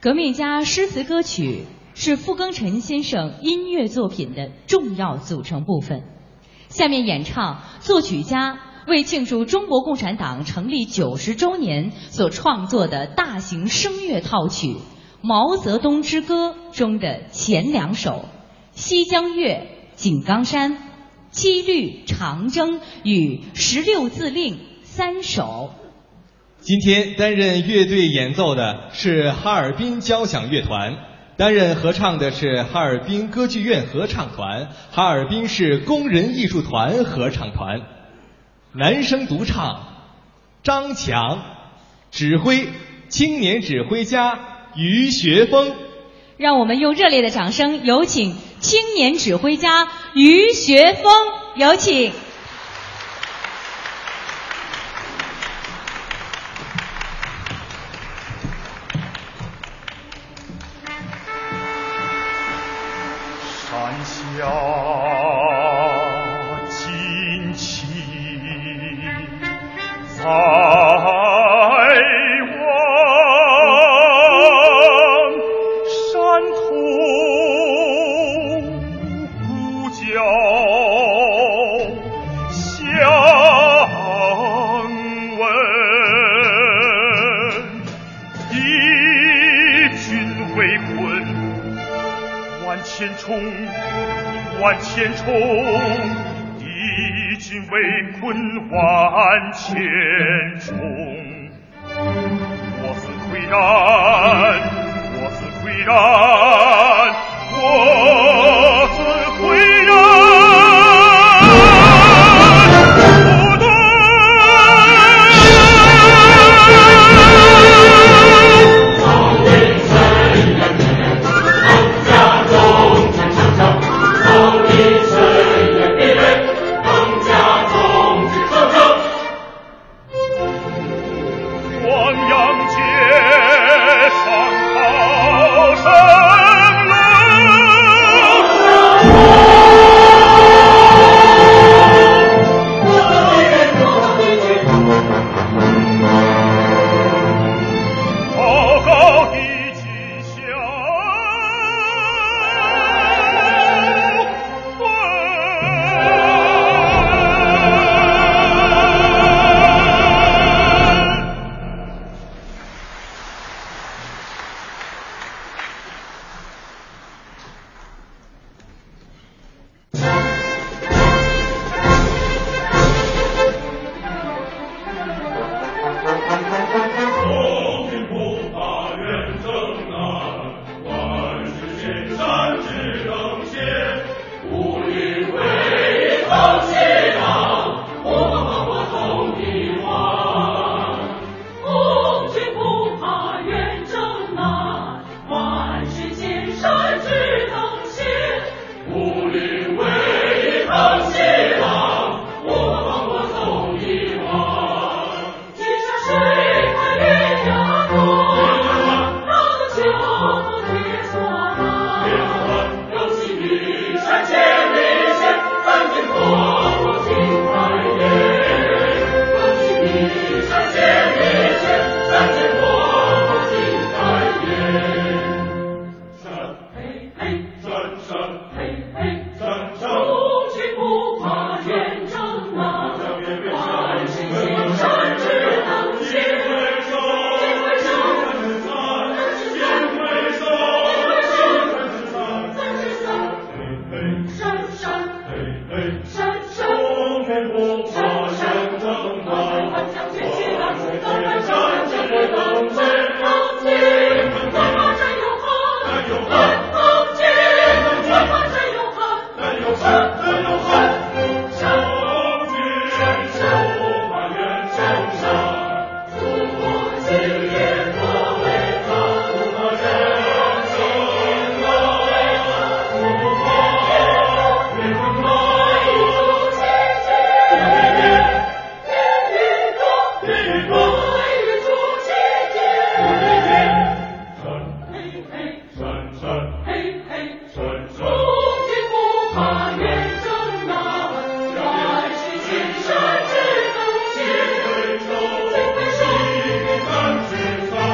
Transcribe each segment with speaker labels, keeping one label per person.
Speaker 1: 革命家诗词歌曲是傅庚辰先生音乐作品的重要组成部分。下面演唱作曲家为庆祝中国共产党成立九十周年所创作的大型声乐套曲《毛泽东之歌》中的前两首《西江月》《井冈山》《七律》《长征》与《十六字令》三首。
Speaker 2: 今天担任乐队演奏的是哈尔滨交响乐团，担任合唱的是哈尔滨歌剧院合唱团、哈尔滨市工人艺术团合唱团。男声独唱张强，指挥青年指挥家于学峰。
Speaker 1: 让我们用热烈的掌声有请青年指挥家于学峰，有请。
Speaker 3: 山下锦旗在望，山头鼓角相闻，一军围困。万千宠，万千宠，敌军围困万千宠。我自岿然，我自岿然，我自岿然，不动。汪洋街上炮声。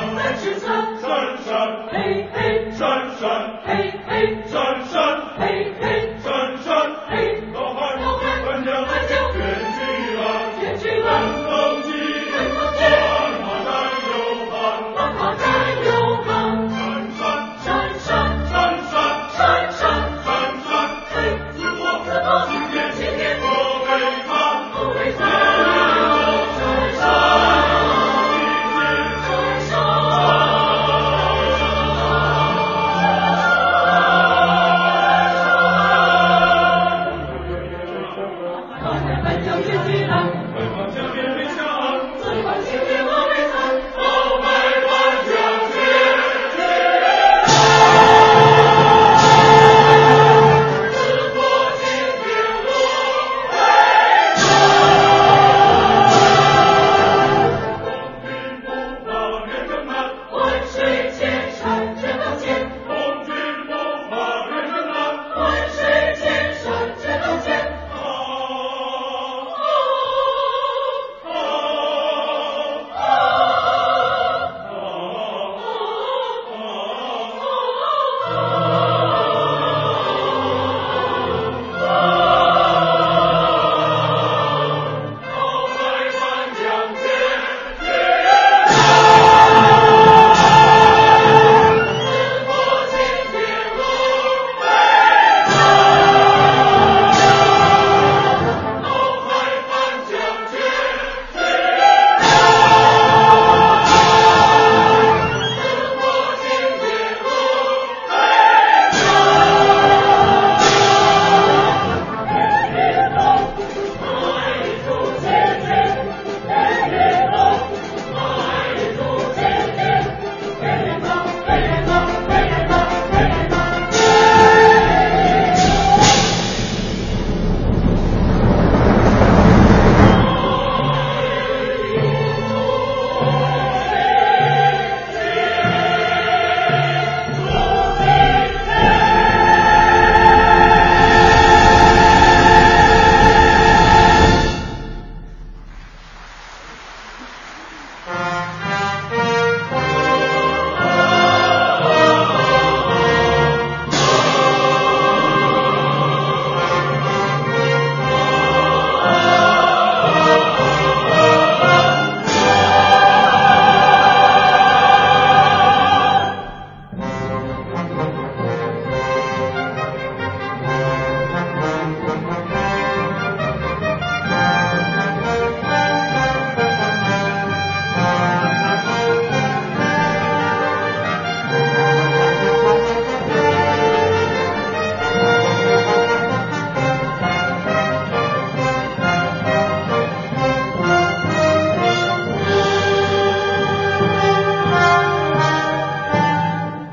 Speaker 4: 闪闪，嘿嘿闪闪，嘿嘿闪闪，嘿嘿闪闪，嘿老汉老汉搬家搬家，卷去了卷去了，搬东西搬东西，万马战又汉万马战又汉，闪闪闪闪闪闪闪闪闪闪，嘿自我自我，今天今天不为他不为他，闪闪。万水千山只高见，红军不怕人人难。万水千山只高见，啊啊啊啊啊啊啊！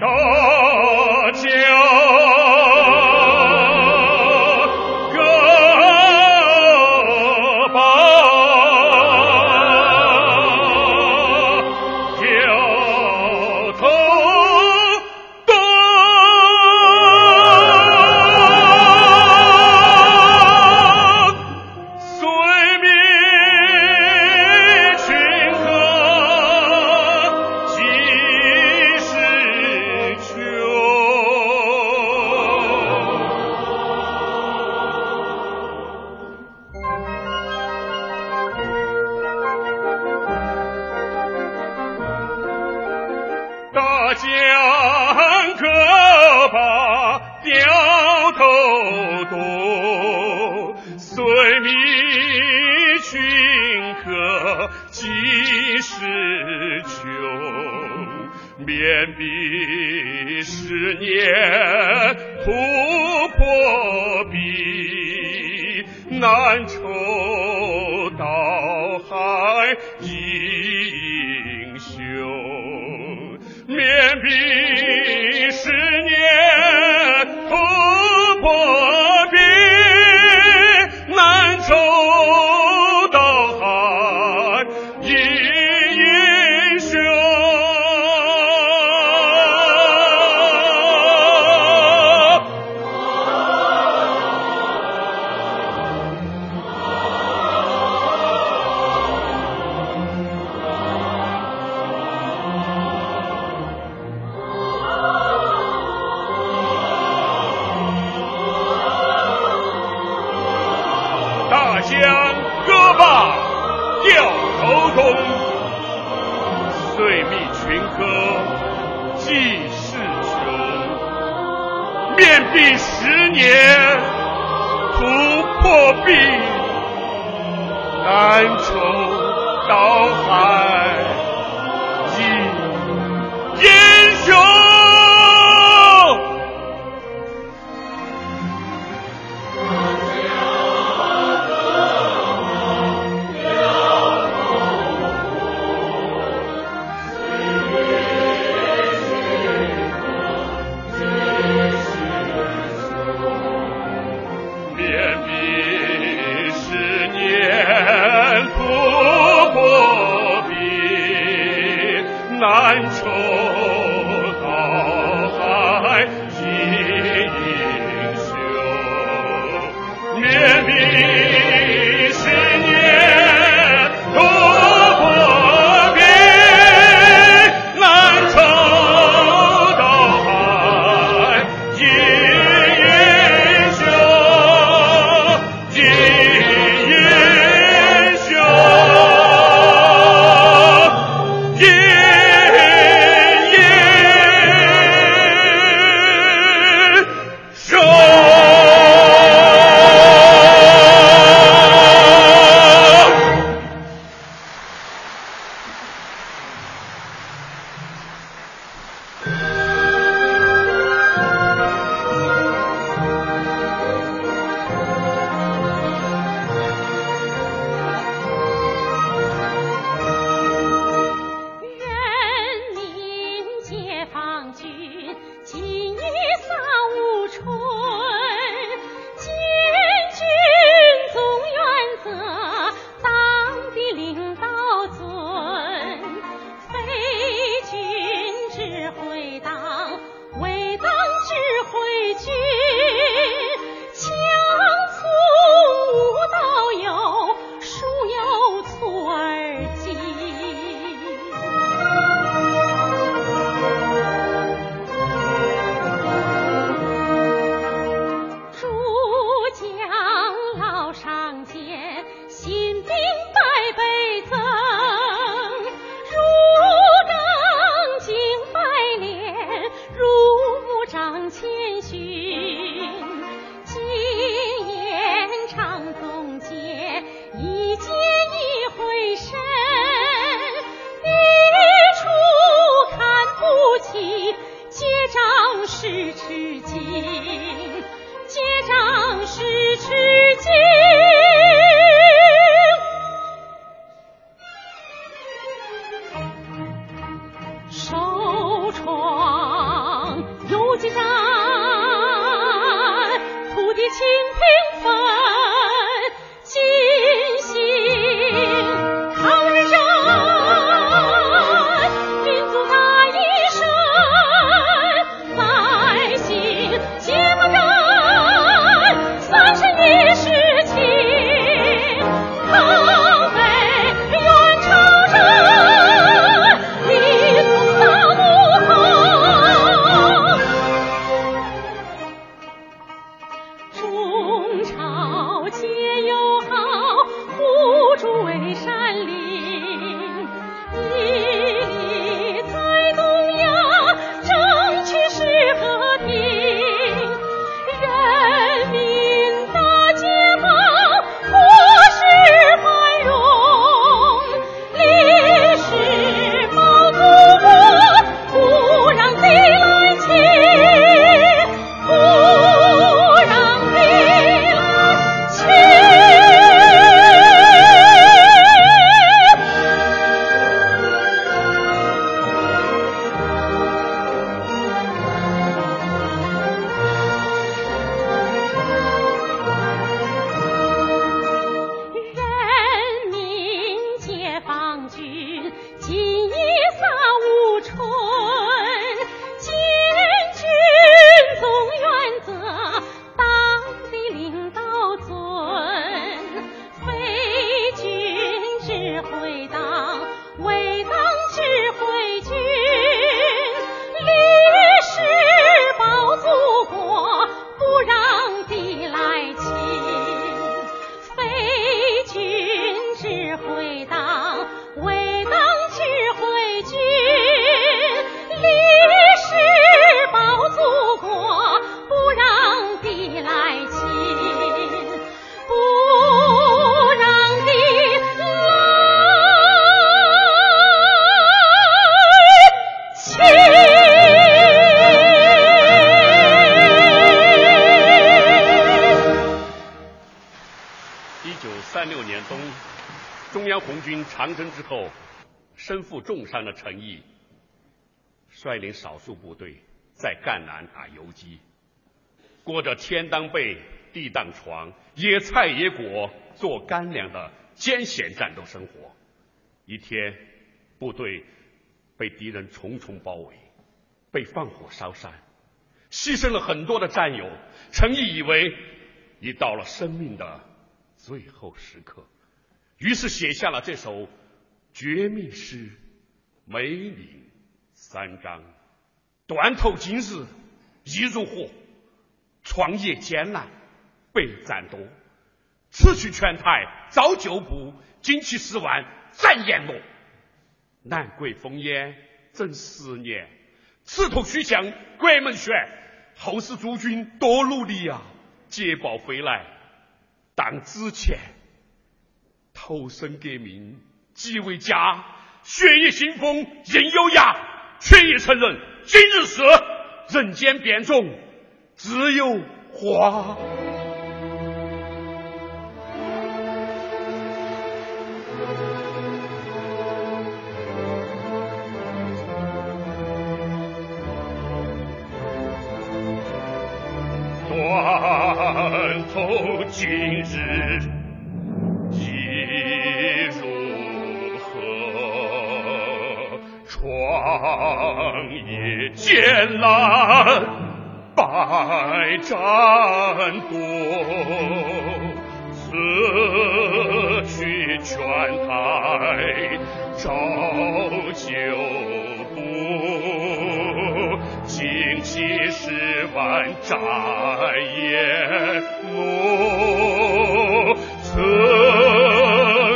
Speaker 3: 大家各把掉头灯。随命群鹤几时休？大江可把掉头渡，随民群客几时穷？面壁十年苦破壁，难酬道海英雄。面壁十年苦破壁，难酬道海英雄。面壁十年，不破壁，南愁倒海，一英雄。面壁十年不破壁，难酬到海一英雄。面壁十年不破壁，难酬到海一英雄。金英雄，金英雄。
Speaker 5: 愿您解放军，锦衣扫五春。建军总原则，党的领导尊。非君指挥党，为党指挥军。强粗无道有，孰有错而今？诸将老上见，新兵百倍增。如更敬百年，如母长千寻。今言长总结，一剑一回身。笔触看不起，接掌是吃惊，接掌是吃惊。守窗游击战，土地清平分，尽心抗日战，民族大一身，百姓皆不战，三十年。
Speaker 6: 三六年冬，中央红军长征之后，身负重伤的陈毅，率领少数部队在赣南打游击，过着天当被、地当床、野菜野果做干粮的艰险战斗生活。一天，部队被敌人重重包围，被放火烧山，牺牲了很多的战友。陈毅以为已到了生命的最后时刻，于是写下了这首绝密诗《梅岭三章》：短透今日一入伙，创业艰难被斩夺，此去全台早九步，旌旗十万战阎罗。南归烽烟正十年，刺头须向鬼门悬。后世诸君多努力啊，捷报归来当之前。投身革命即为家，血液腥风任优雅，却也承认今日死，人间变种只有花。
Speaker 3: 断头今日已如何？创业艰难百战多，此去全台照旧不，旌旗十万斩阎罗，此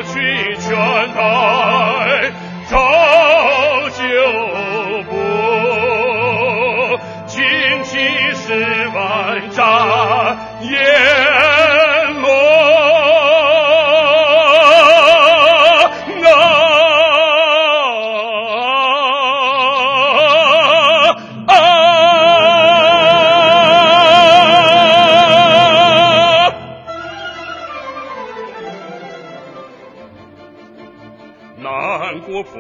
Speaker 3: 去全台照旧不，旌旗十万斩阎罗。啊啊啊！南国烽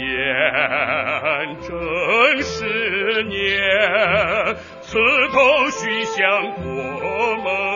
Speaker 3: 烟正十年，刺头须向国门